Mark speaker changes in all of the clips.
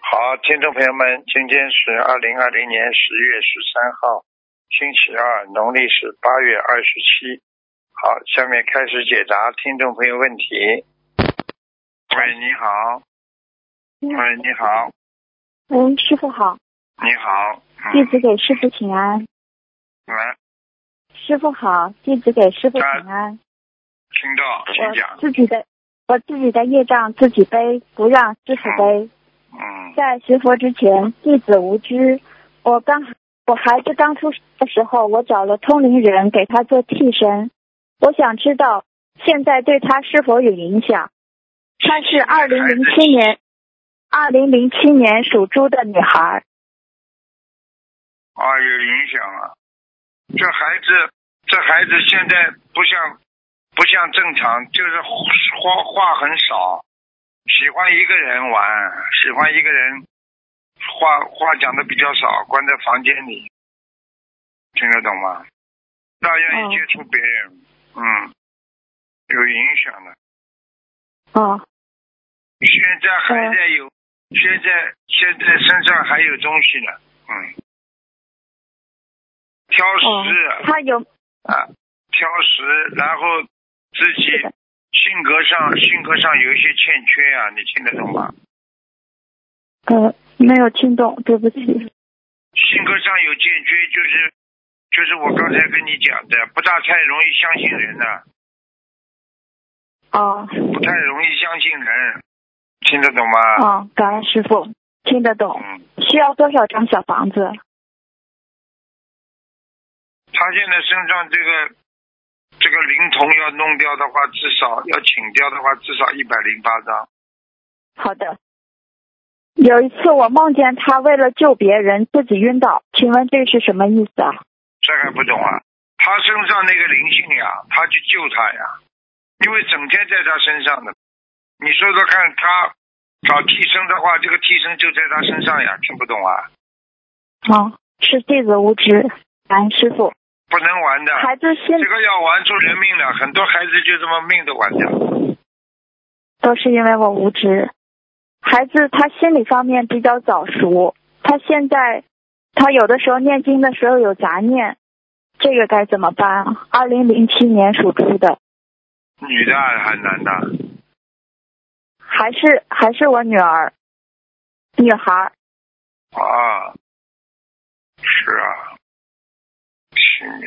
Speaker 1: 好，听众朋友们，今天是二零二零年十月十三号，星期二，农历是八月二十七。好，下面开始解答听众朋友问题。喂，你好。喂，你好，
Speaker 2: 喂，嗯师傅好，
Speaker 1: 你好。
Speaker 2: 弟
Speaker 1: 嗯，
Speaker 2: 子给师傅请安。
Speaker 1: 喂，
Speaker 2: 师傅好，弟子给师傅请安。
Speaker 1: 听到，请
Speaker 2: 我
Speaker 1: 讲。
Speaker 2: 自己的我自己的业障自己背，不让师傅背。
Speaker 1: 嗯
Speaker 2: 在学佛之前，弟子无知。我刚我孩子刚出生的时候，我找了通灵人给他做替身。我想知道现在对他是否有影响。她是二零零七年，二零零七年属猪的女孩。
Speaker 1: 啊，有影响啊。这孩子，这孩子现在不像不像正常，就是话话很少，喜欢一个人玩，喜欢一个人，话话讲的比较少，关在房间里，听得懂吗？不大愿
Speaker 2: 哦
Speaker 1: 意接触别人，嗯，有影响的。
Speaker 2: 哦，
Speaker 1: 现在还在
Speaker 2: 嗯
Speaker 1: 有，现在现在身上还有东西呢，嗯，挑
Speaker 2: 哦
Speaker 1: 食、，
Speaker 2: 她有
Speaker 1: 啊，挑食，然后自己
Speaker 2: 是的
Speaker 1: 性格上性格上有一些欠缺啊，你听得懂吗？
Speaker 2: 呃，没有听懂，对不起。
Speaker 1: 性格上有欠缺，就是就是我刚才跟你讲的，不大太容易相信人呐、
Speaker 2: 哦，
Speaker 1: 不太容易相信人，听得懂吗？
Speaker 2: 哦，感恩师傅，听得懂。
Speaker 1: 嗯，
Speaker 2: 需要多少张小房子？
Speaker 1: 他现在身上这个这个灵童要弄掉的话，至少要请掉的话，至少一百零八张。
Speaker 2: 好的。有一次我梦见他为了救别人自己晕倒，请问这是什么意思啊？
Speaker 1: 这还不懂啊？他身上那个灵性呀，他去救他呀，因为整天在他身上的。你说说看，他找替身的话，这个替身就在他身上呀，听不懂啊？
Speaker 2: 哦，是弟子无知，感恩师傅。
Speaker 1: 不能玩的，
Speaker 2: 孩子心
Speaker 1: 这个要玩出人命的，很多孩子就这么命都玩掉。
Speaker 2: 都是因为我无知。孩子他心理方面比较早熟，他现在他有的时候念经的时候有杂念，这个该怎么办啊？二零零七年属猪的，
Speaker 1: 女的还是男的？
Speaker 2: 还是还是我女儿，女孩儿，
Speaker 1: 啊，是啊，是的。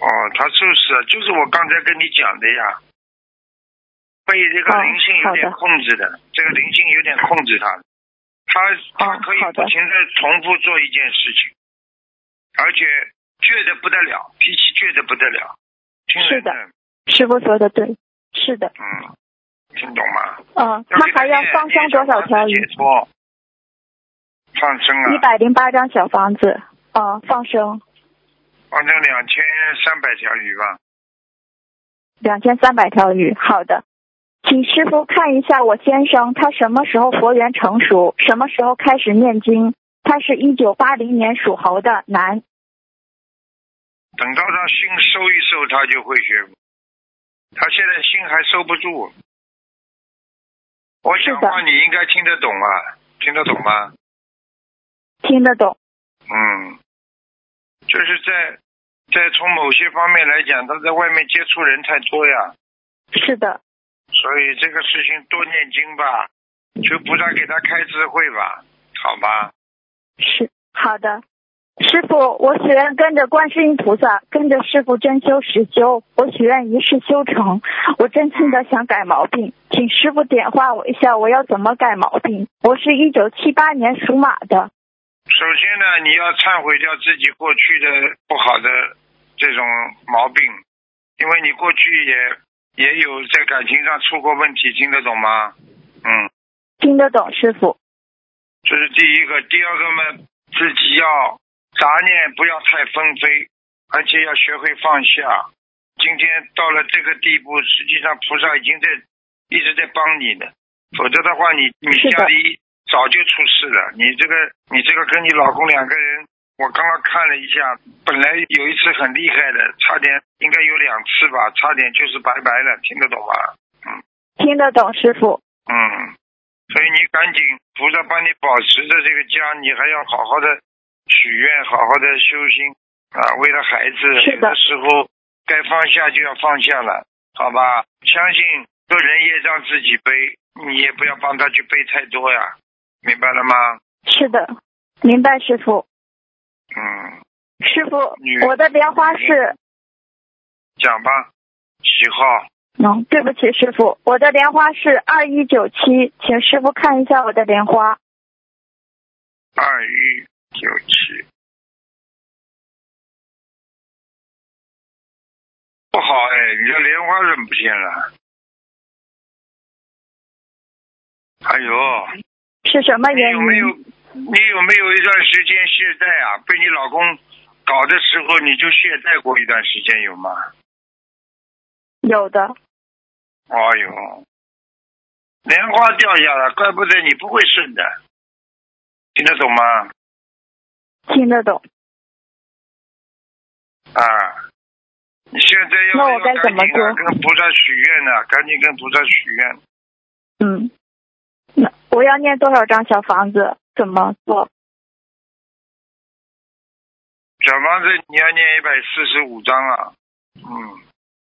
Speaker 1: 哦，他就是啊，就是我刚才跟你讲的呀，被这个
Speaker 2: 哦
Speaker 1: 灵性有点
Speaker 2: 好的
Speaker 1: 控制的，这个灵性有点控制他，他他
Speaker 2: 哦
Speaker 1: 可以
Speaker 2: 好的
Speaker 1: 不停的重复做一件事情，而且倔得不得了，脾气倔得不得了，听人
Speaker 2: 是的师傅说的对，是的，
Speaker 1: 嗯，听懂吗？
Speaker 2: 嗯，他
Speaker 1: 给
Speaker 2: 还要
Speaker 1: 念
Speaker 2: 放
Speaker 1: 念
Speaker 2: 生多少条
Speaker 1: 解
Speaker 2: 鱼？
Speaker 1: 脱？放生啊，
Speaker 2: 一百零八张小房子，嗯，放生
Speaker 1: 放成两千三百条鱼吧。
Speaker 2: 两千三百条鱼。好的，请师傅看一下我先生，他什么时候佛缘成熟，什么时候开始念经？他是一九八零年属猴的男，
Speaker 1: 等到他心收一收，他就会学佛。他现在心还收不住。我讲
Speaker 2: 是的
Speaker 1: 话你应该听得懂啊，听得懂吗？
Speaker 2: 听得懂？
Speaker 1: 嗯，就是在在从某些方面来讲，他在外面接触人太多呀，
Speaker 2: 是的，
Speaker 1: 所以这个事情多念经吧，求菩萨给他开智慧吧，好吧？
Speaker 2: 是好的。师傅，我许愿跟着观世音菩萨，跟着师傅真修实修，我许愿一世修成。我真心的想改毛病，请师傅点化我一下，我要怎么改毛病？我是一九七八年属马的，
Speaker 1: 首先呢，你要忏悔掉自己过去的不好的这种毛病，因为你过去也也有在感情上出过问题，听得懂吗？嗯，
Speaker 2: 听得懂师傅？
Speaker 1: 这是第一个。第二个嘛，自己要杂念不要太纷飞，而且要学会放下。今天到了这个地步，实际上菩萨已经在一直在帮你呢，否则的话你，你
Speaker 2: 是的
Speaker 1: 家里早就出事了。你这个你这个跟你老公两个人，我刚刚看了一下，本来有一次很厉害的，差点应该有两次吧，差点就是拜拜了，听得懂吗？
Speaker 2: 听得懂师傅？
Speaker 1: 嗯，所以你赶紧菩萨帮你保持着这个家，你还要好好的许愿，好好的修心啊，为了孩子，
Speaker 2: 是
Speaker 1: 有
Speaker 2: 的
Speaker 1: 的时候该放下就要放下了，好吧？相信个人业障自己背，你也不要帮他去背太多呀，明白了吗？
Speaker 2: 是的，明白师傅。
Speaker 1: 嗯，
Speaker 2: 师
Speaker 1: 女
Speaker 2: 傅，我的莲花是，
Speaker 1: 讲吧，几号？
Speaker 2: 嗯，对不起师傅，我的莲花是二一九七，请师傅看一下我的莲花。
Speaker 1: 二一九七。不好哎，你这莲花怎么不见了？哎呦，
Speaker 2: 是什么
Speaker 1: 你
Speaker 2: 原
Speaker 1: 有没有
Speaker 2: 因？
Speaker 1: 你有没有一段时间懈怠啊？被你老公搞的时候，你就懈怠过一段时间有吗？
Speaker 2: 有的，
Speaker 1: 哎呦，莲花掉下来，怪不得你不会顺的，听得懂吗？
Speaker 2: 听得懂。
Speaker 1: 啊，你现在要
Speaker 2: 那我该怎么做
Speaker 1: 要赶紧啊跟菩萨许愿呢、赶紧跟菩萨许愿。
Speaker 2: 嗯，那我要念多少张小房子？怎么做？
Speaker 1: 小房子你要念一百四十五章啊，嗯，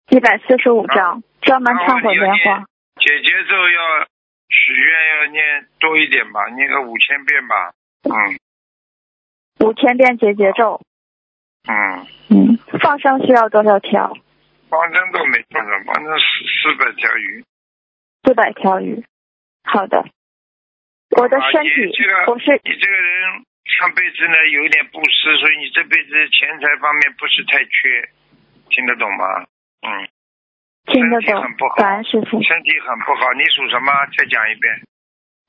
Speaker 2: 一百四十五张，专门忏悔莲
Speaker 1: 然后
Speaker 2: 花。
Speaker 1: 姐姐咒要许愿要念多一点吧，念个五千遍吧，嗯
Speaker 2: 五千遍解结咒。
Speaker 1: 嗯，
Speaker 2: 嗯，放生需要多少条？
Speaker 1: 方针都没多少，方针四四百条鱼。
Speaker 2: 四百条鱼。好的。我的身
Speaker 1: 啊你
Speaker 2: 体
Speaker 1: 这，个
Speaker 2: 我是
Speaker 1: 你这个人上辈子呢有一点布施，所以你这辈子钱财方面不是太缺，听得懂吗？嗯。
Speaker 2: 听得
Speaker 1: 身体
Speaker 2: 懂
Speaker 1: 很不好，
Speaker 2: 感恩师傅。
Speaker 1: 身体很不好，你属什么？再讲一遍。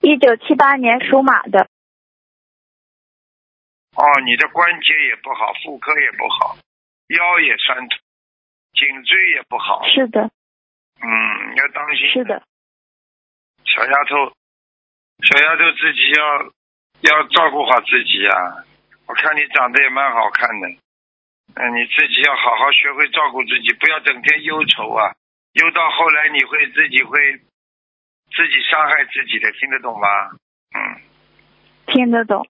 Speaker 2: 一九七八年属马的，
Speaker 1: 哦，你的关节也不好，妇科也不好，腰也酸痛，颈椎也不好。
Speaker 2: 是的，
Speaker 1: 嗯，要当心。
Speaker 2: 是。的，
Speaker 1: 小丫头，小丫头自己要要照顾好自己啊！我看你长得也蛮好看的，嗯，你自己要好好学会照顾自己，不要整天忧愁啊！忧到后来你会自己会自己伤害自己的，听得懂吗？嗯
Speaker 2: 听得懂。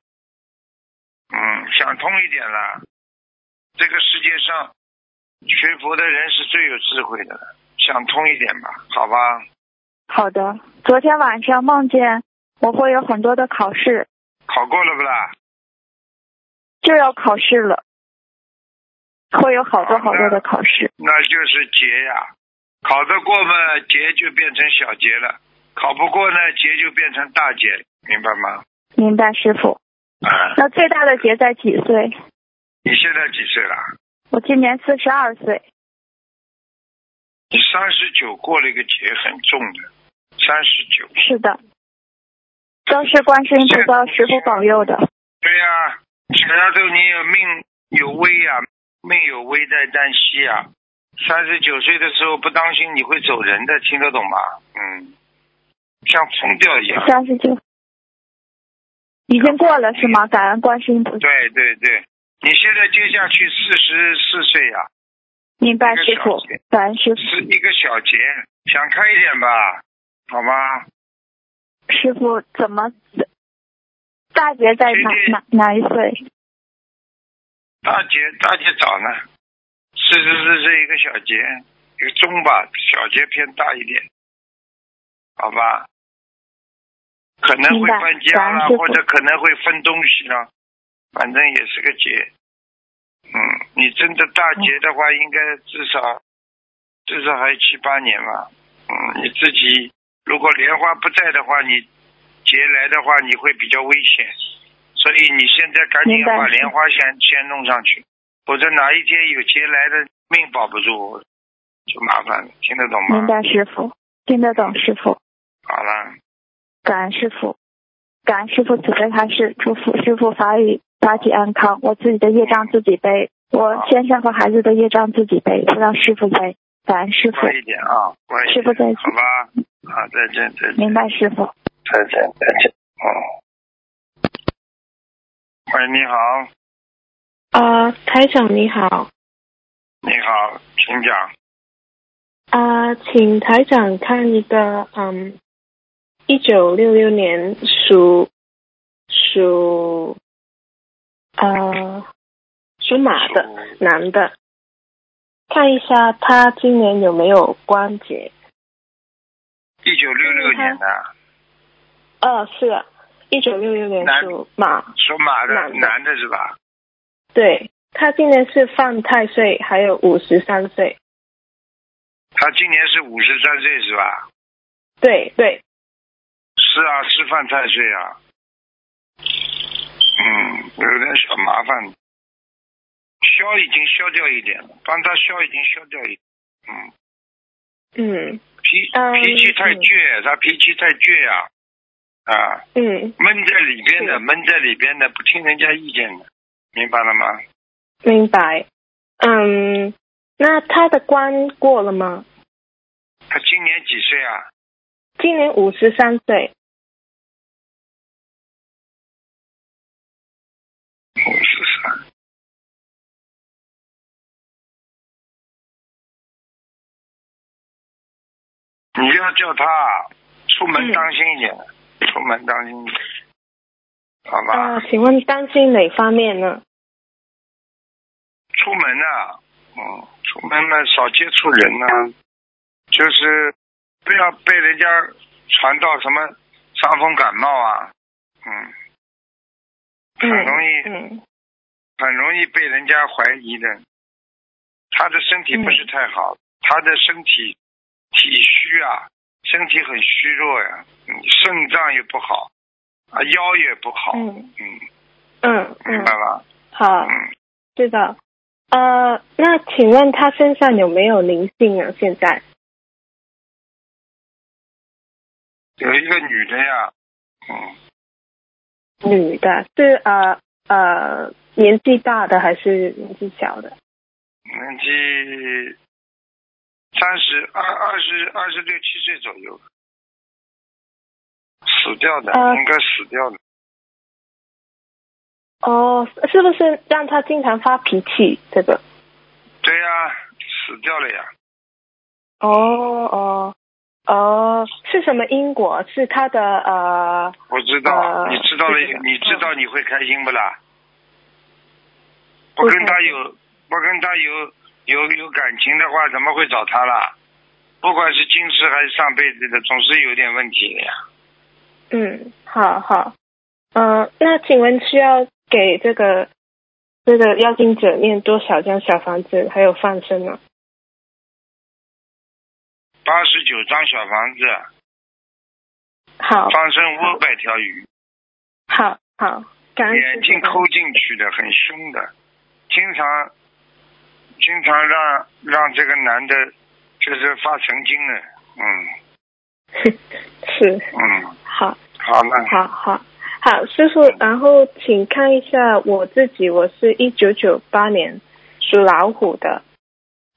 Speaker 1: 嗯，想通一点了。这个世界上学佛的人是最有智慧的，想通一点吧，好吧？
Speaker 2: 好的，昨天晚上梦见我会有很多的考试，
Speaker 1: 考过了不啦？
Speaker 2: 就要考试了，会有好多好多的考试。
Speaker 1: 那就是劫呀、考得过嘛，劫就变成小劫了；考不过呢，劫就变成大劫了，明白吗？
Speaker 2: 明白，师傅。
Speaker 1: 啊、
Speaker 2: 那最大的劫在几岁？
Speaker 1: 你现在几岁了？
Speaker 2: 我今年四十二岁，
Speaker 1: 你三十九过了一个劫，很重的，三十九。
Speaker 2: 是的，都是观世音菩萨师傅保佑的。
Speaker 1: 对呀、小丫头，你有命有危呀、命有危在旦夕呀。三十九岁的时候不当心，你会走人的，听得懂吗？嗯，像疯掉一样。
Speaker 2: 三十九，已经过了是吗？感恩观世音菩萨，
Speaker 1: 对对对，你现在接下去四十四岁呀、
Speaker 2: 明白，
Speaker 1: 一
Speaker 2: 师
Speaker 1: 个小
Speaker 2: 傅
Speaker 1: 节，
Speaker 2: 感恩师傅。
Speaker 1: 是一个小节，想开一点吧，好吗？
Speaker 2: 师傅怎么？大劫在哪
Speaker 1: 最近
Speaker 2: 哪哪一岁？
Speaker 1: 大节大节早呢，四十四是一个小节，一个中吧，小节偏大一点，好吧？可能会
Speaker 2: 明白
Speaker 1: 搬家啦
Speaker 2: 感恩师，傅
Speaker 1: 或者可能会分东西啦，反正也是个节。嗯，你真的大
Speaker 2: 嗯
Speaker 1: 节的话，应该至少至少还有七八年吧。嗯，你自己如果莲花不在的话，你劫来的话，你会比较危险。所以你现在赶紧
Speaker 2: 明
Speaker 1: 要
Speaker 2: 白
Speaker 1: 把莲花先先弄上去，否则哪一天有劫来的命保不住，就麻烦了。听得懂
Speaker 2: 明
Speaker 1: 吗？
Speaker 2: 白，师傅，听得懂，师傅，
Speaker 1: 好了，
Speaker 2: 感恩师傅，感恩师傅慈悲开示，祝福师傅法语法体安康。我自己的业障自己背，我先生和孩子的业障自己背，不让师傅背。感恩师傅，
Speaker 1: 乖一点啊，乖一点，
Speaker 2: 师傅再见
Speaker 1: 好吧？好，再见，再见，
Speaker 2: 明白，师傅。
Speaker 1: 再见，再见。哦，喂，你好，
Speaker 3: 呃，台长你好，
Speaker 1: 你好，请讲。
Speaker 3: 呃啊、请台长看一个嗯一九六六年属属呃属马的
Speaker 1: 属
Speaker 3: 男的，看一下他今年有没有关节？
Speaker 1: 一九六六年的，
Speaker 3: 呃，是一九六六年
Speaker 1: 男
Speaker 3: 属马，
Speaker 1: 属马的
Speaker 3: 男的
Speaker 1: 男的是吧？
Speaker 3: 对他今年是犯太岁，还有五十三岁，
Speaker 1: 他今年是五十三岁是吧？
Speaker 3: 对对，
Speaker 1: 是啊，是犯太岁啊。嗯，有点小麻烦，消已经消掉一点了，帮他消已经消掉一点。嗯，
Speaker 3: 嗯
Speaker 1: 脾
Speaker 3: 嗯
Speaker 1: 脾气太倔，他脾气太倔啊，啊，
Speaker 3: 嗯，
Speaker 1: 闷在里边的，
Speaker 3: 是
Speaker 1: 闷在里边的，不听人家意见的，明白了吗？
Speaker 3: 明白，嗯，那他的关过了吗？
Speaker 1: 他今年几岁啊？
Speaker 3: 今年五十三岁，
Speaker 1: 五十三。你要叫他出门
Speaker 3: 嗯
Speaker 1: 当心一点，出门当心一点，好吧？
Speaker 3: 啊，请问担心哪方面呢？
Speaker 1: 出门啊，嗯，出门嘛少接触人呐、就是不要被人家传到什么伤风感冒啊，嗯，很
Speaker 3: 嗯
Speaker 1: 容易、
Speaker 3: 嗯
Speaker 1: 很容易被人家怀疑的。他的身体不是太好，他的身体体虚啊，身体很虚弱呀、嗯肾脏也不好，啊，腰也不好，嗯，
Speaker 3: 嗯嗯
Speaker 1: 明
Speaker 3: 嗯
Speaker 1: 白，吧？
Speaker 3: 好
Speaker 1: 嗯，，
Speaker 3: 知道。呃，那请问他身上有没有灵性啊？现在
Speaker 1: 有一个女的呀，嗯，
Speaker 3: 女的是呃呃年纪大的还是年纪小的？
Speaker 1: 年纪三十二二十二十六七岁左右，死掉的，
Speaker 3: 呃
Speaker 1: 应该死掉的，
Speaker 3: 哦，是不是让他经常发脾气？这个？
Speaker 1: 对呀、死掉了呀。
Speaker 3: 哦哦哦，是什么因果？是他的呃
Speaker 1: 我知道，
Speaker 3: 呃
Speaker 1: 你知道了
Speaker 3: 是的，
Speaker 1: 你知道你会开心不啦？
Speaker 3: 嗯不
Speaker 1: 不跟他
Speaker 3: 开心
Speaker 1: 有，不跟他有有有感情的话，怎么会找他啦？不管是今世还是上辈子的，总是有点问题的呀。
Speaker 3: 嗯，好好，呃，那请问需要给这个这个邀请者念多少张小房子，还有放生呢？
Speaker 1: 八十九张小房子，
Speaker 3: 好，
Speaker 1: 放生
Speaker 3: 好
Speaker 1: 五百条鱼，
Speaker 3: 好，好，感恩
Speaker 1: 眼
Speaker 3: 师
Speaker 1: 睛
Speaker 3: 傅
Speaker 1: 抠进去的，很凶的，经常经常让让这个男的，就是发神经的。嗯
Speaker 3: 是
Speaker 1: 嗯，
Speaker 3: 好，
Speaker 1: 好了，
Speaker 3: 好好好，师傅，然后请看一下我自己，我是一九九八年属老虎的，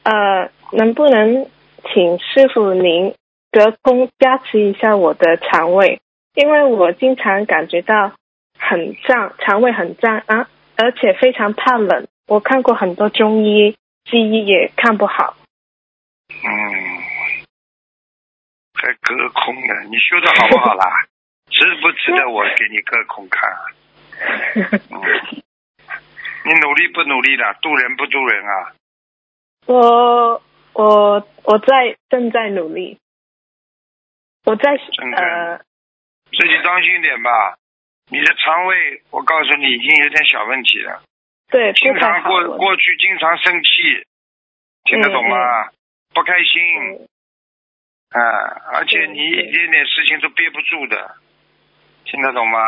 Speaker 3: 呃，能不能请师傅您隔空加持一下我的肠胃？因为我经常感觉到很胀，肠胃很胀啊，而且非常怕冷。我看过很多中医、西医也看不好。
Speaker 1: 嗯，还隔空呢，你修的好不 好啦？值不值得我给你隔空看啊？嗯，你努力不努力的？渡人不渡人啊？
Speaker 3: 我我我在正在努力，我在
Speaker 1: 正在
Speaker 3: 呃
Speaker 1: 自己当心点吧。你的肠胃，我告诉你，已经有点小问题了。
Speaker 3: 对
Speaker 1: 经
Speaker 3: 不太
Speaker 1: 常
Speaker 3: 好。
Speaker 1: 过
Speaker 3: 我
Speaker 1: 过去经常生气，听得懂吗？不开心
Speaker 3: 嗯
Speaker 1: 啊，而且
Speaker 3: 对
Speaker 1: 你一
Speaker 3: 对
Speaker 1: 点点事情都憋不住的，听得懂吗？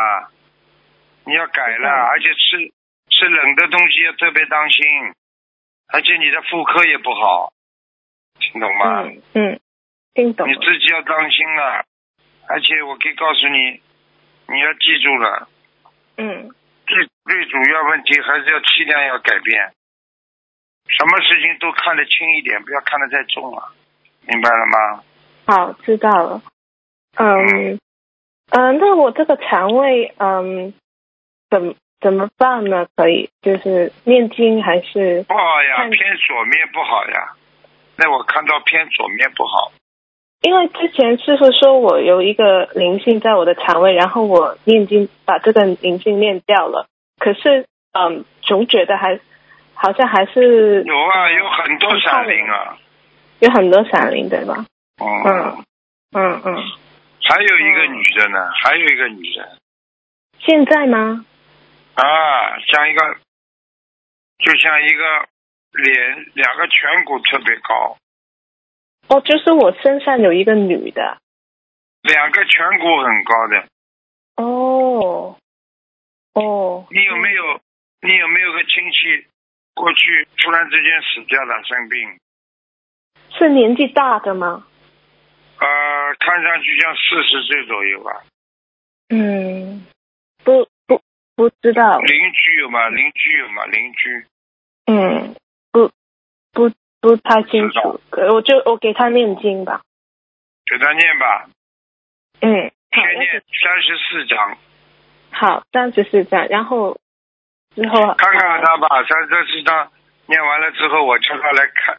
Speaker 1: 你要改
Speaker 3: 知
Speaker 1: 了，
Speaker 3: 道
Speaker 1: 而且吃吃冷的东西要特别当心，而且你的妇科也不好，听懂吗？
Speaker 3: 嗯嗯，听懂
Speaker 1: 你
Speaker 3: 了。
Speaker 1: 自己要当心了，而且我可以告诉你，你要记住了，
Speaker 3: 嗯
Speaker 1: 最最主要问题还是要气量要改变，什么事情都看得轻一点，不要看得太重了，明白了吗？
Speaker 3: 好，知道了。嗯呃，那我这个肠胃嗯怎么怎么办呢？可以就是念经还是
Speaker 1: 不好呀，
Speaker 3: 看
Speaker 1: 偏左面不好呀。那我看到偏左面不好，
Speaker 3: 因为之前师傅说我有一个灵性在我的肠胃，然后我念经把这个灵性念掉了，可是嗯，总觉得还好像还是
Speaker 1: 有啊，有很多闪灵啊。
Speaker 3: 有很多闪灵，对吧？
Speaker 1: 嗯，
Speaker 3: 嗯嗯，
Speaker 1: 还有一个女的呢，还有一个女的
Speaker 3: 现在吗？
Speaker 1: 啊，像一个，就像一个脸，两个颧骨特别高，
Speaker 3: 哦，就是我身上有一个女的。
Speaker 1: 两个颧骨很高的。
Speaker 3: 哦，哦，
Speaker 1: 你有没有？你有没有个亲戚过去突然之间死掉了，生病？
Speaker 3: 是年纪大的吗？
Speaker 1: 呃，看上去像四十岁左右吧。
Speaker 3: 嗯，不不不知道，
Speaker 1: 邻居有吗？邻居有吗？邻居
Speaker 3: 嗯，不不不太清
Speaker 1: 知道
Speaker 3: 楚，可我就我给他念经吧。
Speaker 1: 给他念吧，
Speaker 3: 嗯，
Speaker 1: 先
Speaker 3: 好，那就
Speaker 1: 念三十四章，
Speaker 3: 好，暂时是这样，然后之后
Speaker 1: 看看他吧。三十四章念完了之后，我叫他来看，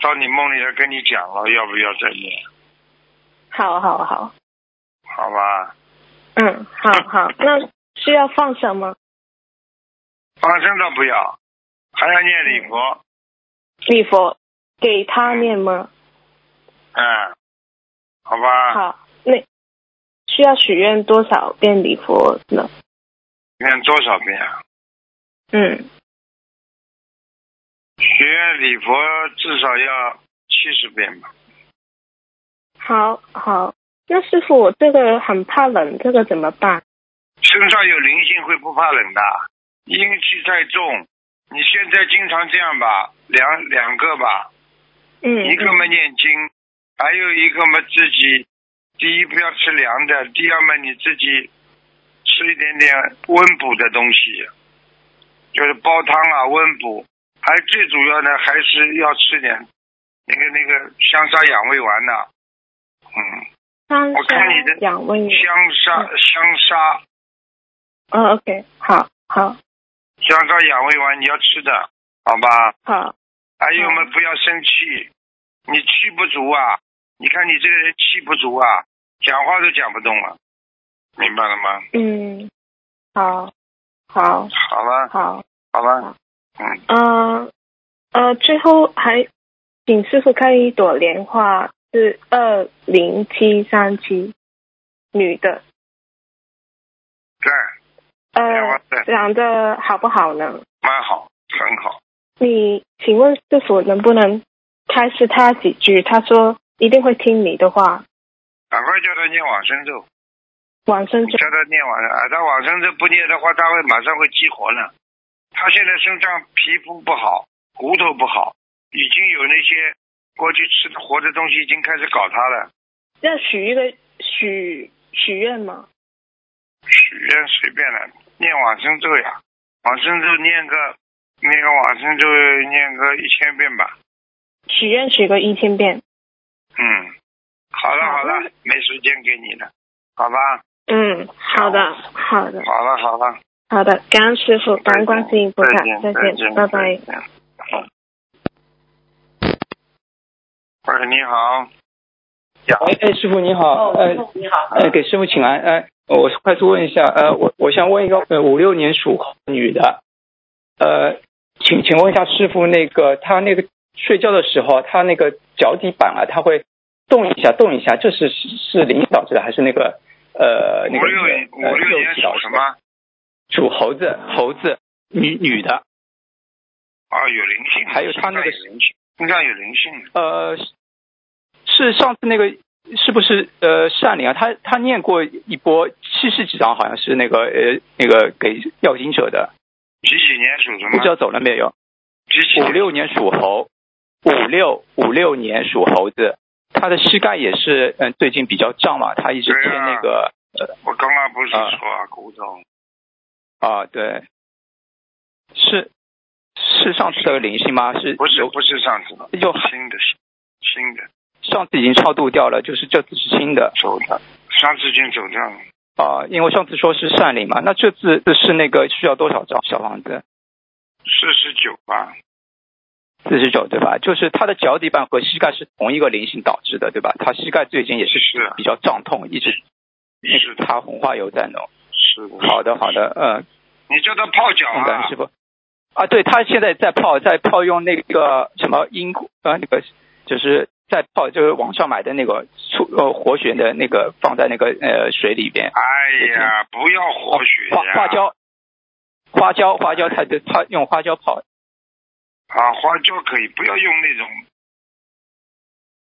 Speaker 1: 到你梦里来跟你讲了，要不要再念？
Speaker 3: 好好好，
Speaker 1: 好吧，
Speaker 3: 嗯，好好，那需要放什么？
Speaker 1: 放生倒不要，还要念礼佛。
Speaker 3: 礼佛给他念吗？
Speaker 1: 嗯，好吧，
Speaker 3: 好，那需要许愿多少遍礼佛呢？
Speaker 1: 念多少遍啊？
Speaker 3: 嗯，
Speaker 1: 学院礼佛至少要七十遍吧。
Speaker 3: 好好。那师傅，我这个很怕冷，这个怎么办？
Speaker 1: 身上有灵性会不怕冷的，阴气太重。你现在经常这样吧，两两个吧，
Speaker 3: 嗯，
Speaker 1: 一个嘛念经，还有一个嘛自己，第一不要吃凉的，第二嘛你自己吃一点点温补的东西，就是煲汤啊温补，还最主要呢还是要吃点那个那个香砂养胃丸呐、嗯，
Speaker 3: 三
Speaker 1: 我看你的
Speaker 3: 香养胃。
Speaker 1: 香砂香砂
Speaker 3: 嗯、o k 好，好，
Speaker 1: 香砂养胃丸你要吃的，好吧？
Speaker 3: 好，
Speaker 1: 还有嘛，
Speaker 3: 嗯
Speaker 1: 不要生气，你气不足啊！你看你这个人气不足啊，讲话都讲不动了，明白了吗？
Speaker 3: 嗯，好，好，
Speaker 1: 好了，
Speaker 3: 好，
Speaker 1: 好了，嗯，
Speaker 3: 呃，呃，最后还请师傅看一朵莲花，是二零七三七，女的，
Speaker 1: 对，莲花
Speaker 3: 呃
Speaker 1: 对，
Speaker 3: 长得好不好呢？
Speaker 1: 蛮好，很好。
Speaker 3: 你请问师傅能不能开示他几句？他说一定会听你的话，
Speaker 1: 赶快叫他念往生咒，
Speaker 3: 往生
Speaker 1: 你
Speaker 3: 咒。
Speaker 1: 叫他念往生，啊，他往生咒不念的话，他会马上会激活了。他现在身上皮肤不好，骨头不好，已经有那些过去吃的活的东西已经开始搞他了。
Speaker 3: 要许一个许许愿吗？
Speaker 1: 许愿随便了，念往生咒呀，往生咒念个那个往生咒念个一千遍吧。
Speaker 3: 许愿许个一千遍。
Speaker 1: 嗯，好了
Speaker 3: 好
Speaker 1: 好了
Speaker 3: 那，
Speaker 1: 没时间给你了，好吧？
Speaker 3: 嗯，好的，好的，
Speaker 1: 好了好了，
Speaker 3: 好的，感恩师傅，感恩观世音菩萨
Speaker 1: 再，见
Speaker 3: 再见，拜拜。。
Speaker 1: 再见喂，你好。
Speaker 4: 哎哎，师傅你好，呃，
Speaker 3: 你好
Speaker 4: 呃，给师傅请安，哎、我快速问一下，呃，我我想问一个，呃，五六年属猴的女的，呃，请请问一下师傅，那个她那个睡觉的时候，她那个脚底板啊，她会动一下动一下，这是是是灵导致的还是那个呃那
Speaker 1: 五
Speaker 4: 个
Speaker 1: 六
Speaker 4: 那个
Speaker 1: 五
Speaker 4: 呃
Speaker 1: 六
Speaker 4: 肉
Speaker 1: 年
Speaker 4: 体导
Speaker 1: 属
Speaker 4: 致
Speaker 1: 什
Speaker 4: 的？
Speaker 1: 么？
Speaker 4: 属猴子，猴子，女女的，
Speaker 1: 啊，有灵性。
Speaker 4: 还有他那
Speaker 1: 身
Speaker 4: 个
Speaker 1: 上有灵性，身上有灵性。
Speaker 4: 呃，是是上次那个是不是呃善灵啊？他他念过一波七十几章，好像是那个呃那个给要经者的，
Speaker 1: 几几年属什
Speaker 4: 不知道
Speaker 1: 么？
Speaker 4: 走了没有？
Speaker 1: 几几
Speaker 4: 五六年属猴，五六五六年属猴子，他的膝盖也是嗯、呃最近比较胀嘛，他一直贴
Speaker 1: 对啊
Speaker 4: 那个呃
Speaker 1: 我刚刚不是
Speaker 4: 啊
Speaker 1: 说啊，骨头。
Speaker 4: 啊对，是是上次的灵性吗？是
Speaker 1: 不是
Speaker 4: 有
Speaker 1: 不是上次的，
Speaker 4: 有
Speaker 1: 新的新的
Speaker 4: 上次已经超度掉了，就是这次是新的。
Speaker 1: 走的，上次已经走掉了，
Speaker 4: 啊，因为上次说是善灵嘛，那这次是那个需要多少张小房子？
Speaker 1: 四十九吧，
Speaker 4: 四十九对吧？就是他的脚底板和膝盖是同一个灵性导致的对吧？他膝盖最近也是
Speaker 1: 是啊
Speaker 4: 比较胀痛，一直一
Speaker 1: 是
Speaker 4: 直擦红花油在弄。
Speaker 1: 是的。
Speaker 4: 好的好的，嗯，
Speaker 1: 你叫他泡脚
Speaker 4: 感恩
Speaker 1: 啊
Speaker 4: 师？傅。啊，对他现在在泡，在泡用那个什么英呃那个就是在泡，就是网上买的那个醋呃活血的那个放在那个呃水里边，
Speaker 1: 哎呀，不要活血
Speaker 4: 哦花
Speaker 1: 呀！
Speaker 4: 花椒，花椒花椒，他就他用花椒泡。
Speaker 1: 啊，花椒可以，不要用那种，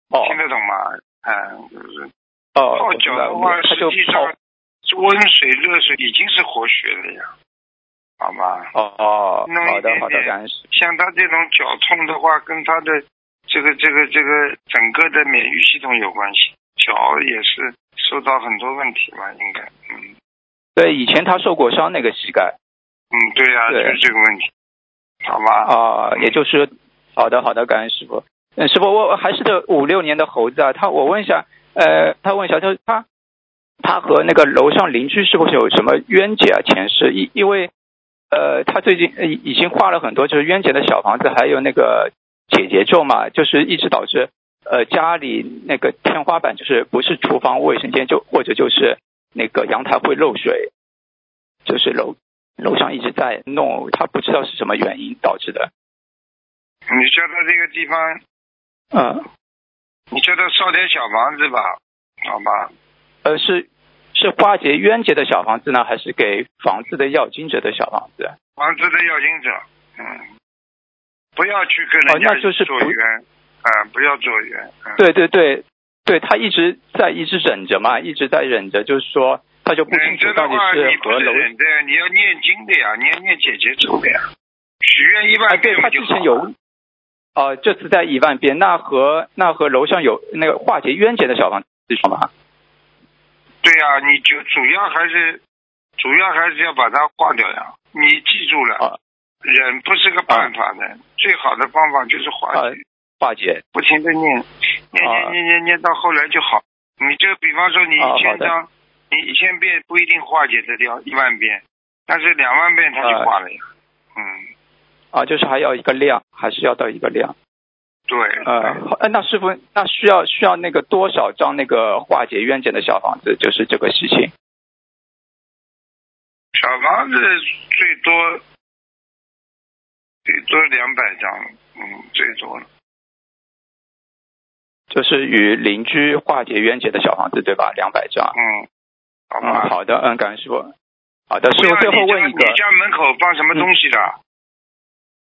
Speaker 4: 哦
Speaker 1: 听得懂吗？嗯，就是
Speaker 4: 哦，
Speaker 1: 泡
Speaker 4: 我知
Speaker 1: 脚
Speaker 4: 道
Speaker 1: 的话，
Speaker 4: 他就
Speaker 1: 实际
Speaker 4: 泡
Speaker 1: 上温水、热水已经是活血了呀，好吗？
Speaker 4: 哦哦，
Speaker 1: 弄一
Speaker 4: 好的
Speaker 1: 点
Speaker 4: 好的，
Speaker 1: 点
Speaker 4: 感恩师
Speaker 1: 像他这种脚痛的话，跟他的这个这个这个整个的免疫系统有关系，脚也是受到很多问题嘛，应该，嗯
Speaker 4: 对，以前他受过伤那个膝盖
Speaker 1: 嗯，对呀、
Speaker 4: 对
Speaker 1: 就是这个问题，好吧？
Speaker 4: 啊、也就是好的好的，感恩师傅。嗯，师傅，我我还是这五六年的猴子啊，他我问一下，呃，他问一下，就是他他和那个楼上邻居是不是有什么冤结啊？前世因因为呃，他最近呃已已经画了很多就是冤结的小房子，还有那个解结咒嘛，就是一直导致呃家里那个天花板就是不是厨房卫生间就或者就是那个阳台会漏水，就是楼楼上一直在弄，他不知道是什么原因导致的。
Speaker 1: 你叫他这个地方，
Speaker 4: 嗯，
Speaker 1: 你叫他烧点小房子吧，好吧？
Speaker 4: 呃，是是化解冤结的小房子呢，还是给房子的要经者的小房子？
Speaker 1: 房子的要经者，嗯，不要去跟人
Speaker 4: 哦
Speaker 1: 家
Speaker 4: 那就是
Speaker 1: 做
Speaker 4: 不
Speaker 1: 冤，啊，不要做冤，嗯，
Speaker 4: 对对对，对他一直在一直忍着嘛，一直在忍着，就是说他就不清
Speaker 1: 忍
Speaker 4: 楚
Speaker 1: 着
Speaker 4: 到
Speaker 1: 的
Speaker 4: 底
Speaker 1: 话，你不
Speaker 4: 和
Speaker 1: 是
Speaker 4: 楼。
Speaker 1: 忍着，你要念经的呀，你要念姐姐咒的呀。许愿一
Speaker 4: 哎，
Speaker 1: 万
Speaker 4: 对
Speaker 1: 遍
Speaker 4: 他
Speaker 1: 不就
Speaker 4: 之
Speaker 1: 好
Speaker 4: 前
Speaker 1: 了
Speaker 4: 有，呃，这次在一万遍，那和那和楼上有那个化解冤结的小房子是什么？
Speaker 1: 对呀、你就主要还是主要还是要把它化掉呀。你记住了，
Speaker 4: 啊
Speaker 1: 忍不是个办法的，最好的方法就是化解，
Speaker 4: 啊化解
Speaker 1: 不停的念，念念
Speaker 4: 啊
Speaker 1: 念念念到后来就好。你就比方说你
Speaker 4: 啊
Speaker 1: 一
Speaker 4: 好
Speaker 1: 千
Speaker 4: 的
Speaker 1: 张，你一千遍不一定化解得掉一万遍，但是两万遍它就
Speaker 4: 啊
Speaker 1: 化了呀。嗯，
Speaker 4: 啊，就是还要一个量，还是要到一个量。
Speaker 1: 对，
Speaker 4: 呃，好呃那师傅，那需要需要那个多少张那个化解冤结的小房子？就是这个事情。
Speaker 1: 小房子最多最多两百张，嗯，最多了。
Speaker 4: 就是与邻居化解冤结的小房子，对吧？两百张。
Speaker 1: 嗯，好吧。
Speaker 4: 嗯，好的，嗯，感恩师傅。好的，
Speaker 1: 不
Speaker 4: 师
Speaker 1: 要
Speaker 4: 傅最后
Speaker 1: 你家
Speaker 4: 问一个
Speaker 1: 你，家门口放什么东西的？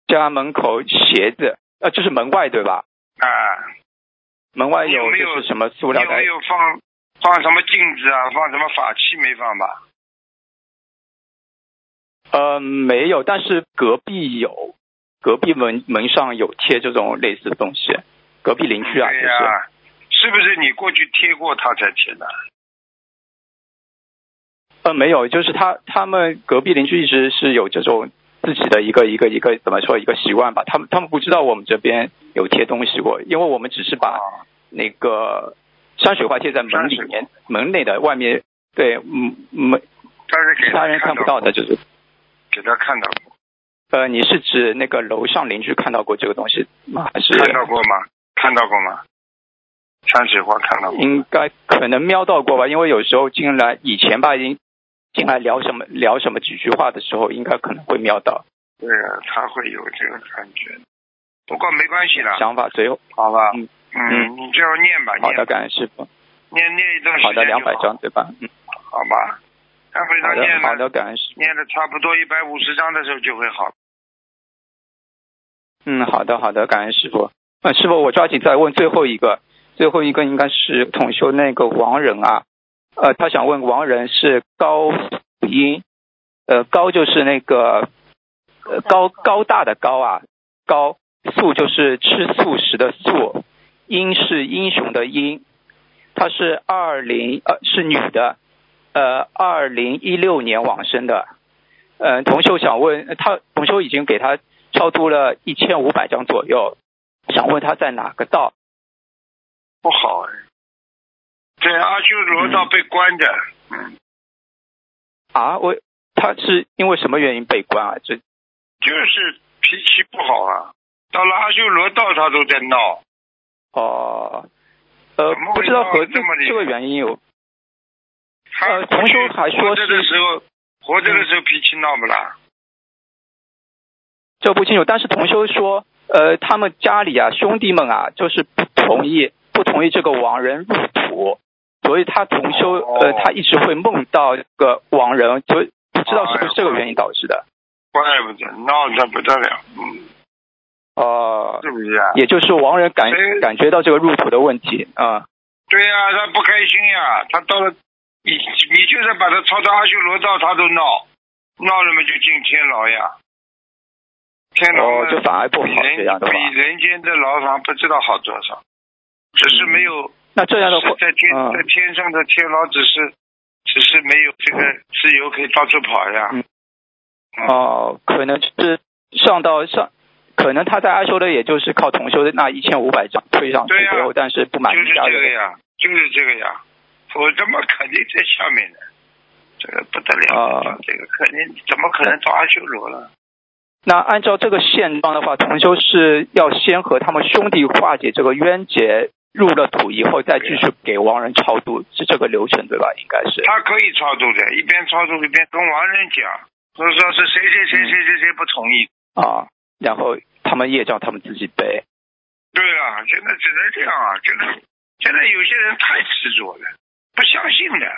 Speaker 4: 家门口鞋子，呃，就是门外对吧？
Speaker 1: 啊，
Speaker 4: 门外
Speaker 1: 你有没有
Speaker 4: 就是什么塑
Speaker 1: 你
Speaker 4: 料
Speaker 1: 有
Speaker 4: 袋
Speaker 1: 没？有放放什么镜子啊？放什么法器没放吧？
Speaker 4: 呃，没有，但是隔壁有，隔壁门门上有贴这种类似的东西，隔壁邻居啊，就
Speaker 1: 对
Speaker 4: 是。
Speaker 1: 哎呀、是不是你过去贴过他才贴的？
Speaker 4: 呃，没有，就是他他们隔壁邻居一直是有这种自己的一个一个一个怎么说一个习惯吧，他们他们不知道我们这边有贴东西过，因为我们只是把
Speaker 1: 啊，
Speaker 4: 那个山水画贴在门
Speaker 1: 山
Speaker 4: 里
Speaker 1: 水
Speaker 4: 面，门内的外面对，嗯门
Speaker 1: 但是
Speaker 4: 其
Speaker 1: 给
Speaker 4: 他人看
Speaker 1: 看
Speaker 4: 不到
Speaker 1: 过
Speaker 4: 的，就是
Speaker 1: 给他看到过，
Speaker 4: 呃，你是指那个楼上邻居看到过这个东西吗？还是
Speaker 1: 看到过吗？看到过吗？山水画看到过。
Speaker 4: 应该可能瞄到过吧？因为有时候进来以前吧，已经进来聊什么聊什么几句话的时候，应该可能会瞄到
Speaker 1: 对呀、他会有这个感觉。不过没关系的，
Speaker 4: 想法，随后
Speaker 1: 好吧？
Speaker 4: 嗯
Speaker 1: 嗯，你就念吧，
Speaker 4: 好
Speaker 1: 念
Speaker 4: 的，感恩师傅。
Speaker 1: 念念一段时
Speaker 4: 好
Speaker 1: 间
Speaker 4: 的，两百
Speaker 1: 就好
Speaker 4: 张对吧？嗯，
Speaker 1: 好吧？他非
Speaker 4: 好
Speaker 1: 常念
Speaker 4: 的，好
Speaker 1: 了
Speaker 4: 的，感恩师。
Speaker 1: 念了差不多一百五十章的时候就会好。
Speaker 4: 嗯，好的，好的，感恩师傅。嗯，师傅，我抓紧再问最后一个，最后一个应该是统修那个王仁啊，呃，他想问王仁是高辅音，呃，高就是那个呃高高大的高啊，高素就是吃素食的素，英是英雄的英，她是二零呃是女的，呃，二零一六年往生的，呃，同修想问呃他，同修已经给他超度了一千五百张左右，想问他在哪个道？
Speaker 1: 不好哎。对，阿修罗道被关着，嗯，
Speaker 4: 啊，我他是因为什么原因被关啊？这
Speaker 1: 就是脾气不好啊，到了阿修罗道他都在闹，
Speaker 4: 哦，呃
Speaker 1: 怎么，
Speaker 4: 不
Speaker 1: 会
Speaker 4: 知道和
Speaker 1: 闹这么厉害
Speaker 4: 这个原因有
Speaker 1: 他
Speaker 4: 呃同修还说
Speaker 1: 活着的
Speaker 4: 是嗯
Speaker 1: 时候，活着的时候脾气闹不啦？
Speaker 4: 这不清楚，但是同修说，呃，他们家里啊兄弟们啊，就是不同意不同意这个亡人入土，所以他同修
Speaker 1: 哦
Speaker 4: 呃他一直会梦到这个亡人，所以不知道是不
Speaker 1: 哎呦
Speaker 4: 是这个原因导致的。
Speaker 1: 怪不得闹得不得了，嗯，
Speaker 4: 哦、
Speaker 1: 是不是啊？
Speaker 4: 也就是亡人感
Speaker 1: 哎
Speaker 4: 感觉到这个入土的问题啊、
Speaker 1: 对呀、他不开心呀、他到了，你你就算把他抄到阿修罗道，他都闹，闹了嘛就进天牢呀，天牢
Speaker 4: 哦
Speaker 1: 嘛、，
Speaker 4: 就反而不好
Speaker 1: 比
Speaker 4: 这样
Speaker 1: 人
Speaker 4: 的话，
Speaker 1: 比人间的牢房不知道好多少，只是没有、
Speaker 4: 那嗯这样的话
Speaker 1: 是，在天、
Speaker 4: 嗯
Speaker 1: 在天上的天牢只是只是没有这个自由可以到处跑呀，
Speaker 4: 嗯哦、可能是上到上。可能他在阿修的，也就是靠同修的那一千五百张推上去
Speaker 1: 对呀啊
Speaker 4: 最后，但是不满
Speaker 1: 就
Speaker 4: 意
Speaker 1: 是
Speaker 4: 家
Speaker 1: 这
Speaker 4: 人
Speaker 1: 个呀，就是这个呀，否则嘛肯定在下面的，这个不得了，
Speaker 4: 啊
Speaker 1: 这个肯定怎么可能到阿修罗了？
Speaker 4: 那按照这个现状的话，同修是要先和他们兄弟化解这个冤结，入了土以后再继
Speaker 1: 啊
Speaker 4: 续给亡人超度，是这个流程对吧？应该是。
Speaker 1: 他可以超度的，一边超度一边跟亡人讲，说说是谁谁谁谁谁谁不同意。
Speaker 4: 啊，然后他们业障他们自己背。
Speaker 1: 对啊，现在只能这样啊，现在现在有些人太执着了，不相信的，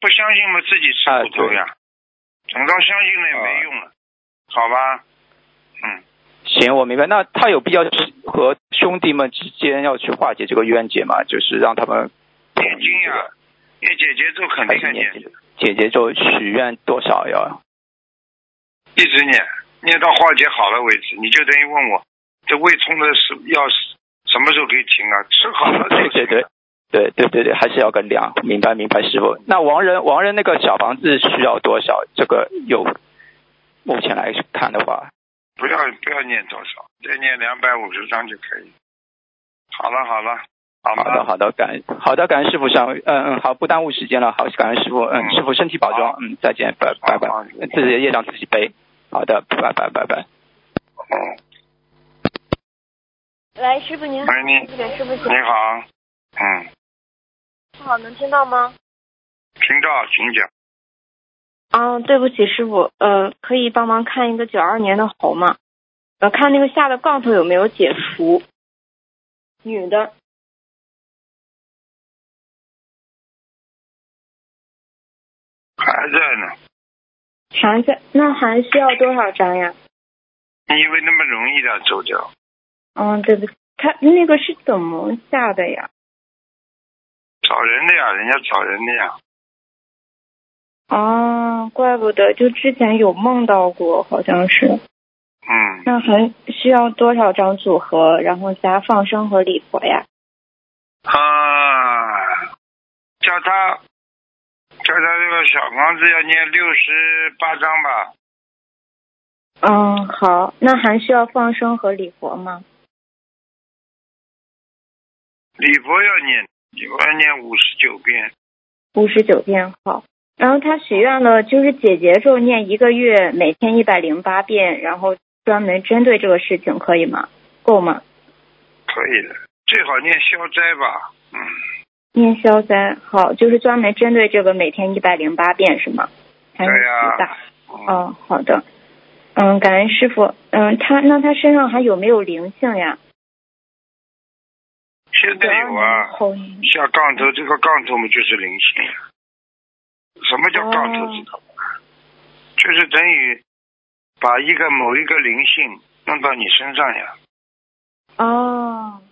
Speaker 1: 不相信嘛自己吃
Speaker 4: 哎
Speaker 1: 苦头呀，等到相信了也没用
Speaker 4: 啊
Speaker 1: 了，好吧？嗯，
Speaker 4: 行，我明白。那他有必要去和兄弟们之间要去化解这个冤结吗？就是让他们
Speaker 1: 念经呀、念姐姐咒肯
Speaker 4: 嗯还
Speaker 1: 定
Speaker 4: 是
Speaker 1: 看
Speaker 4: 念
Speaker 1: 见，
Speaker 4: 经？姐姐就许愿多少 要？
Speaker 1: 一直念，念到化解好了为止。你就等于问我，这胃痛的是要什么时候可以停啊？吃好了就
Speaker 4: 对对
Speaker 1: 行
Speaker 4: 对
Speaker 1: 了。
Speaker 4: 对对对对，还是要个量，明白明白，师傅。那王人王人那个小房子需要多少？这个有，目前来看的话，
Speaker 1: 不要不要念多少，再念两百五十张就可以。好了好了，好
Speaker 4: 好
Speaker 1: 吧，
Speaker 4: 的好的，感恩好的感恩师傅上，嗯嗯，好，不耽误时间了，好，感恩师傅，嗯，
Speaker 1: 嗯
Speaker 4: 师傅身体保重
Speaker 1: 好，
Speaker 4: 嗯，再见，拜拜拜
Speaker 1: 好，
Speaker 4: 自己的业障自己背，好的，拜拜拜拜。
Speaker 1: 嗯，
Speaker 5: 喂，师傅您好，
Speaker 1: 喂你
Speaker 5: 弟给师傅
Speaker 1: 你
Speaker 5: 讲，
Speaker 1: 好，嗯，
Speaker 5: 不好能听到吗？
Speaker 1: 听到请讲，
Speaker 5: 嗯，对不起，师傅，呃，可以帮忙看一个九二年的猴吗？呃，看那个下的杠头有没有解除？女的，
Speaker 1: 还在呢，
Speaker 5: 还在，那还需要多少张呀？
Speaker 1: 你以为那么容易的走掉？
Speaker 5: 嗯，对不起，看那个是怎么下的呀？
Speaker 1: 找人的呀，人家找人的呀，
Speaker 5: 哦，怪不得，就之前有梦到过，好像是。
Speaker 1: 嗯，
Speaker 5: 那还需要多少张组合，然后加放生和礼佛呀？
Speaker 1: 啊，叫他，叫他这个小房子要念六十八章吧，
Speaker 5: 嗯，好，那还需要放生和礼佛吗？
Speaker 1: 礼佛要念，礼佛要念五十九遍，
Speaker 5: 五十九遍好。然后他许愿了，就是姐姐咒念一个月，每天一百零八遍，然后专门针对这个事情，可以吗？够吗？
Speaker 1: 可以的，最好念消灾吧，嗯，
Speaker 5: 念消灾好，就是专门针对这个每天一百零八遍是吗？还是
Speaker 1: 对呀
Speaker 5: 几大？
Speaker 1: 嗯
Speaker 5: 哎哦，好的。嗯，感恩师傅。嗯，他那他身上还有没有灵性呀？
Speaker 1: 现在有啊，
Speaker 5: 后
Speaker 1: 下杠头，这个杠头嘛就是灵性呀。什么叫杠头？
Speaker 5: 哦
Speaker 1: 知道吗？就是等于把一个某一个灵性弄到你身上呀。
Speaker 5: 哦，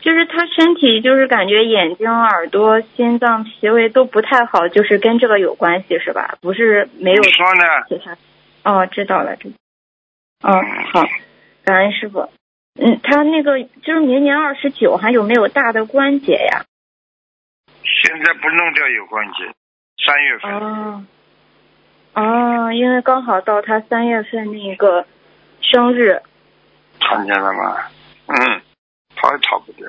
Speaker 5: 就是他身体就是感觉眼睛、耳朵、心脏、脾胃都不太好，就是跟这个有关系是吧？不是没有
Speaker 1: 你说呢？
Speaker 5: 其他。哦，知道了，知道。嗯，好，感恩师傅。嗯，他那个就是明年二十九还有没有大的关节呀？
Speaker 1: 现在不弄掉有关节，三月份、
Speaker 5: 哦，哦，因为刚好到他三月份那个生日。
Speaker 1: 看见了吗？嗯，逃也逃不掉。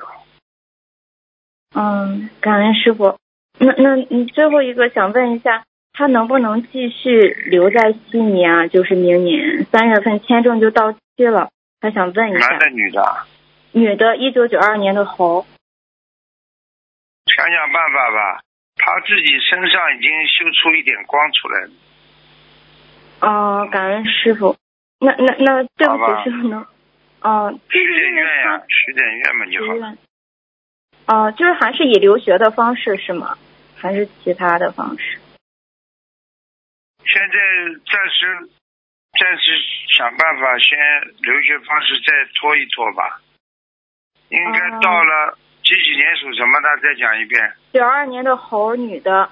Speaker 5: 嗯，感恩师傅。那那你最后一个想问一下，他能不能继续留在悉尼啊？就是明年三月份签证就到期了，他想问一下
Speaker 1: 男，的女的，
Speaker 5: 女的，一九九二年的猴，
Speaker 1: 想想办法吧。他自己身上已经修出一点光出来了，
Speaker 5: 哦、感恩师傅。那那那，对不
Speaker 1: 好吧
Speaker 5: 起，师傅能，哦、就
Speaker 1: 许
Speaker 5: 是
Speaker 1: 点
Speaker 5: 因为
Speaker 1: 愿呀、
Speaker 5: 他
Speaker 1: 许点愿嘛就好
Speaker 5: 许
Speaker 1: 了。
Speaker 5: 愿，哦、就是还是以留学的方式是吗？还是其他的方式？
Speaker 1: 现在暂时暂时想办法先留学方式再拖一拖吧，应该
Speaker 5: 哦
Speaker 1: 到了几几年属什么的再讲一遍。
Speaker 5: 九二年的猴，女的，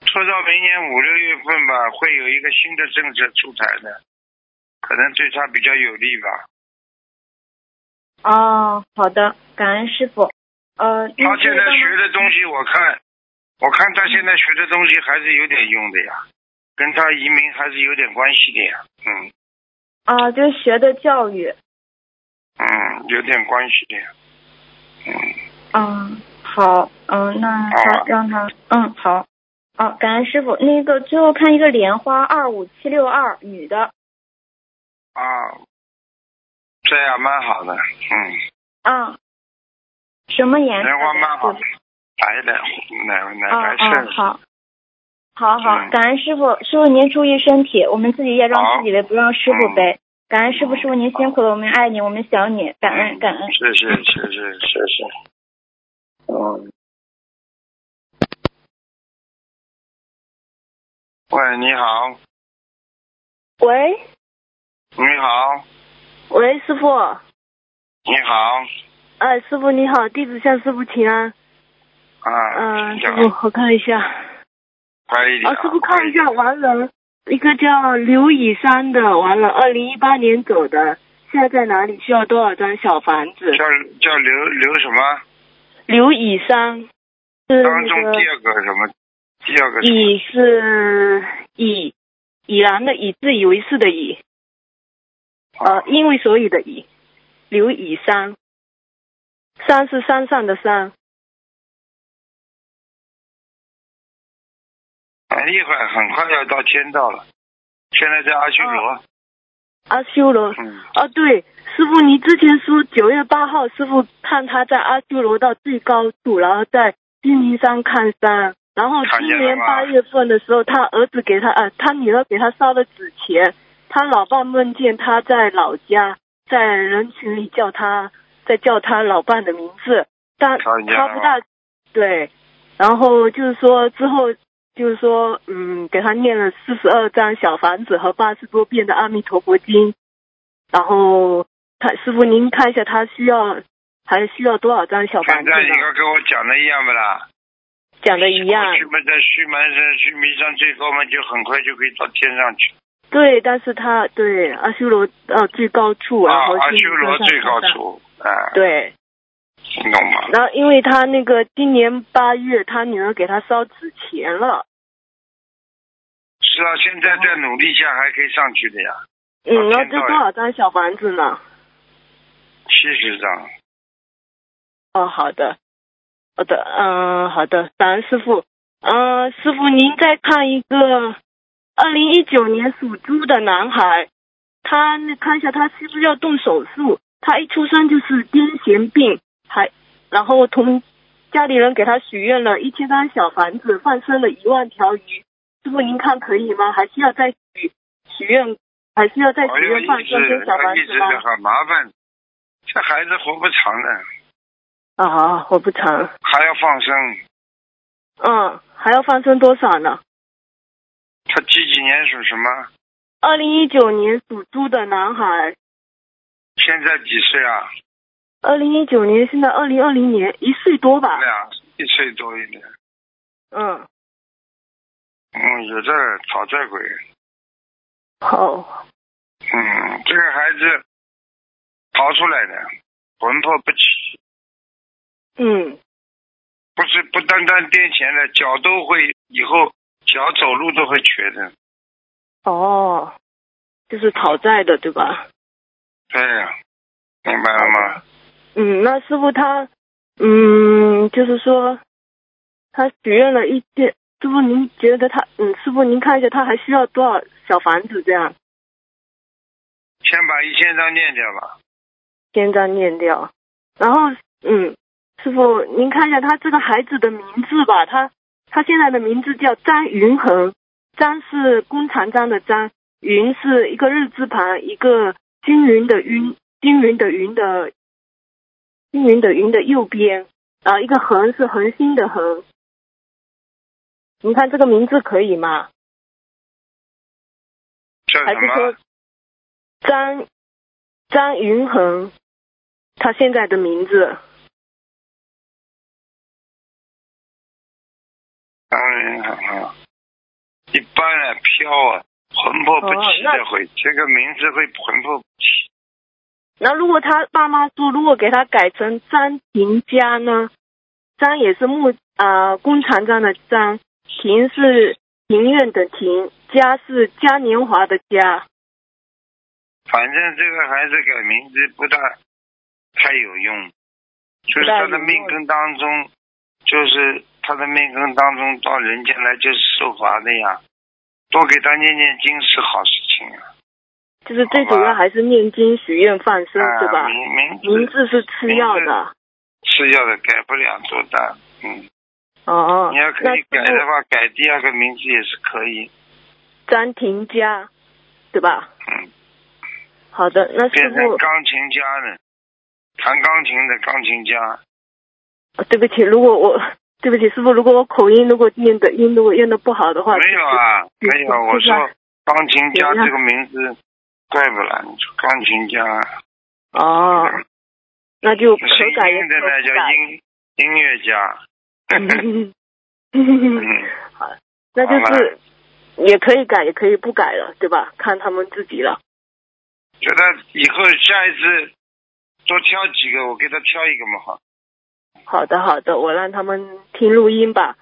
Speaker 1: 拖到明年五六月份吧，会有一个新的政策出台的，可能对他比较有利吧。
Speaker 5: 哦，好的，感恩师傅。呃，
Speaker 1: 他
Speaker 5: 那
Speaker 1: 现
Speaker 5: 这
Speaker 1: 在
Speaker 5: 个
Speaker 1: 学的东西，我看，我看他现在学的东西还是有点用的呀，跟他移民还是有点关系的呀。嗯
Speaker 5: 啊、就是学的教育，
Speaker 1: 嗯，有点关系的呀。嗯。
Speaker 5: 嗯，好，嗯，那
Speaker 1: 好
Speaker 5: 他
Speaker 1: 啊
Speaker 5: 让他，嗯，好，哦，感恩师傅。那个最后看一个莲花二五七六二女的，
Speaker 1: 啊，这样蛮好的，嗯，
Speaker 5: 啊，什么
Speaker 6: 嗯
Speaker 5: 颜色的？
Speaker 1: 莲花蛮好的，白的，嗯奶
Speaker 6: 哦
Speaker 1: 奶
Speaker 5: 啊
Speaker 1: 白色
Speaker 5: 啊，
Speaker 1: 的，
Speaker 5: 好，好好，
Speaker 1: 嗯
Speaker 5: 感恩师傅，师傅您注意身体，我们自己业障
Speaker 1: 好
Speaker 5: 自己背，不让师傅
Speaker 1: 嗯
Speaker 5: 背。感恩师傅，师傅您辛苦了，我们爱你，我们想你，感恩感恩。
Speaker 1: 嗯是是是是是是，嗯。喂，你好，
Speaker 6: 喂
Speaker 1: 你好，
Speaker 6: 喂，师傅，
Speaker 1: 你好，
Speaker 6: 哎，师傅你好，弟子向师傅请安。嗯、
Speaker 1: 啊，
Speaker 6: 师
Speaker 1: 讲
Speaker 6: 傅，我看一下，
Speaker 1: 快一点
Speaker 6: 啊，
Speaker 1: 啊，
Speaker 6: 师傅
Speaker 1: 快
Speaker 6: 看一下亡人，一个叫刘以山的亡人，二零一八年走的，现在在哪里？需要多少张小房子？
Speaker 1: 叫叫刘刘什么？
Speaker 6: 刘以山是
Speaker 1: 当
Speaker 6: 那
Speaker 1: 中第
Speaker 6: 个
Speaker 1: 二个什么？第二个什么
Speaker 6: 以是以以然的以，自以为是的以，呃，因为所以的以，刘以山，山是山上的山。
Speaker 1: 很厉害，很快要到天道了，现在在阿修罗，
Speaker 6: 哦阿修罗，
Speaker 1: 嗯，
Speaker 6: 哦，对，师傅，你之前说九月八号，师傅看他在阿修罗道最高处，然后在金陵山看山，然后
Speaker 1: 看
Speaker 6: 哦今
Speaker 1: 见了
Speaker 6: 年
Speaker 1: 吗
Speaker 6: 八月份的时候，他儿子给他呃，他女儿给他烧了纸钱，他老伴梦见他在老家，在人群里叫他，在叫他老伴的名字，但
Speaker 1: 看见了
Speaker 6: 他不
Speaker 1: 吗
Speaker 6: 大对，然后就是说之后就是说嗯，给他念了四十二章小房子和八十多遍的阿弥陀佛经，然后他师傅您看一下他需要还需要多少张小
Speaker 1: 现
Speaker 6: 房子呢
Speaker 1: 在？你看跟我讲的一样不啦？
Speaker 6: 讲的一样
Speaker 1: 过，去嘛，在须门山、须弥山最高嘛，就很快就可以到天上去。
Speaker 6: 对，但是他对阿修罗呃最高处，然
Speaker 1: 啊
Speaker 6: 后，
Speaker 1: 阿
Speaker 6: 心
Speaker 1: 修
Speaker 6: 灵
Speaker 1: 罗
Speaker 6: 上
Speaker 1: 最高
Speaker 6: 上上
Speaker 1: 处，啊，
Speaker 6: 对。
Speaker 1: 你懂吗？
Speaker 6: 然后因为他那个今年八月，他女儿给他烧纸钱了，
Speaker 1: 是啊，现在再努力一下还可以上去的呀，
Speaker 6: 嗯，然后
Speaker 1: 天
Speaker 6: 这
Speaker 1: 道
Speaker 6: 多
Speaker 1: 呀
Speaker 6: 少张小房子呢？
Speaker 1: 七十张。
Speaker 6: 哦，好的，好的，嗯，好的，感恩师傅。嗯，师傅，您再看一个二零一九年属猪的男孩，他那看一下他需不需要动手术？他一出生就是癫痫病，还然后同家里人给他许愿了一千张小房子，放生了一万条鱼。师傅，您看可以吗？还需要再许许愿？还需要再许
Speaker 1: 哎呦，
Speaker 6: 愿放
Speaker 1: 一
Speaker 6: 生
Speaker 1: 直
Speaker 6: 跟小房
Speaker 1: 一
Speaker 6: 子
Speaker 1: 直
Speaker 6: 吗？
Speaker 1: 的很麻烦，这孩子活不长的，
Speaker 6: 啊，我不长，
Speaker 1: 还要放生。
Speaker 6: 嗯，还要放生多少呢？
Speaker 1: 他几几年属什么？
Speaker 6: 二零一九年属猪的男孩，
Speaker 1: 现在几岁啊？
Speaker 6: 二零一九年现在二零二零年一岁多吧？
Speaker 1: 对啊，一岁多一点。
Speaker 6: 嗯，
Speaker 1: 嗯，有这讨债鬼。
Speaker 6: 好，
Speaker 1: 嗯，这个孩子逃出来的，魂魄不齐，
Speaker 6: 嗯，
Speaker 1: 不是不单单癫痫了，脚都会以后脚走路都会瘸的。
Speaker 6: 哦，就是讨债的对吧？
Speaker 1: 对呀、明白了吗？
Speaker 6: 嗯，那师傅他，嗯，就是说他许愿了一千，师傅您觉得他，嗯，师傅您看一下他还需要多少小房子这样？
Speaker 1: 先把一千张念掉吧。
Speaker 6: 先章念掉。然后，嗯，师傅，您看一下他这个孩子的名字吧，他他现在的名字叫张云恒，张是弓长张的张，云是一个日字旁，一个均匀的云，均匀的云的均匀的云的右边，啊，一个恒是恒星的恒。您看这个名字可以吗？
Speaker 1: 叫
Speaker 6: 还
Speaker 1: 什
Speaker 6: 是
Speaker 1: 么
Speaker 6: 说？张张云恒，他现在的名字
Speaker 1: 嗯，啊一般啊，飘啊，魂魄不齐的
Speaker 6: 哦
Speaker 1: 会，这个名字会魂魄不齐。
Speaker 6: 那如果他爸妈说，如果给他改成张庭佳呢？张也是木啊，弓长张的张，庭是庭院的庭，佳是嘉年华的嘉。
Speaker 1: 反正这个孩子改名字不大太有用，就是他的命根当中，就是他的命根当中到人间来就是受罚的呀。多给他念念经是好事情啊，
Speaker 6: 就是最
Speaker 1: 好吧
Speaker 6: 主要还是念经许愿放生，
Speaker 1: 啊
Speaker 6: 对吧？
Speaker 1: 名名
Speaker 6: 名
Speaker 1: 字
Speaker 6: 字是吃药的
Speaker 1: 吃药的改不了多大，嗯，
Speaker 6: 哦。
Speaker 1: 你要可以
Speaker 6: 那
Speaker 1: 改
Speaker 6: 师
Speaker 1: 的
Speaker 6: 傅
Speaker 1: 话，改第二个名字也是可以，
Speaker 6: 张庭佳，对吧？
Speaker 1: 嗯，
Speaker 6: 好的，那师
Speaker 1: 变成
Speaker 6: 傅，
Speaker 1: 钢琴家呢，弹钢琴的钢琴家，
Speaker 6: 呃对不起，如果我 对不起师傅，如果我口音如果念的音如果念的不好的话，
Speaker 1: 没有啊，
Speaker 6: 嗯
Speaker 1: 没有，
Speaker 6: 嗯
Speaker 1: 我
Speaker 6: 是吧
Speaker 1: 说钢琴家
Speaker 6: 怎样
Speaker 1: 这个名字怪不了，你说钢琴家。
Speaker 6: 哦，那就可
Speaker 1: 姓
Speaker 6: 改也
Speaker 1: 音
Speaker 6: 可
Speaker 1: 的呢
Speaker 6: 不
Speaker 1: 叫
Speaker 6: 改。
Speaker 1: 音音乐家。
Speaker 6: 嗯，
Speaker 1: 嗯，
Speaker 6: 那就
Speaker 1: 好了
Speaker 6: 是也可以改，也可以不改了，对吧？看他们自己了。
Speaker 1: 叫他以后下一次多挑几个，我给他挑一个嘛，好，
Speaker 6: 好的，好的，我让他们听录音吧。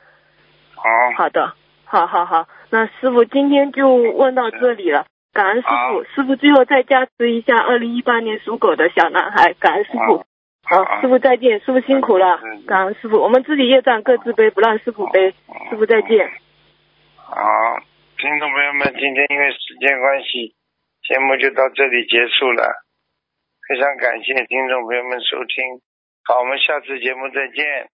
Speaker 1: 好，
Speaker 6: 好的，好好好。那师傅今天就问到这里了，感恩师
Speaker 1: 好
Speaker 6: 傅。师傅最后再加持一下二零一八年属狗的小男孩，感恩师傅。
Speaker 1: 好，
Speaker 6: 好，师傅再见，师傅辛苦了
Speaker 1: 嗯，
Speaker 6: 感恩师傅。我们自己业障各自背，不让师傅背。师傅再见。
Speaker 1: 好，听众朋友们，今天因为时间关系，节目就到这里结束了。非常感谢听众朋友们收听，好，我们下次节目再见。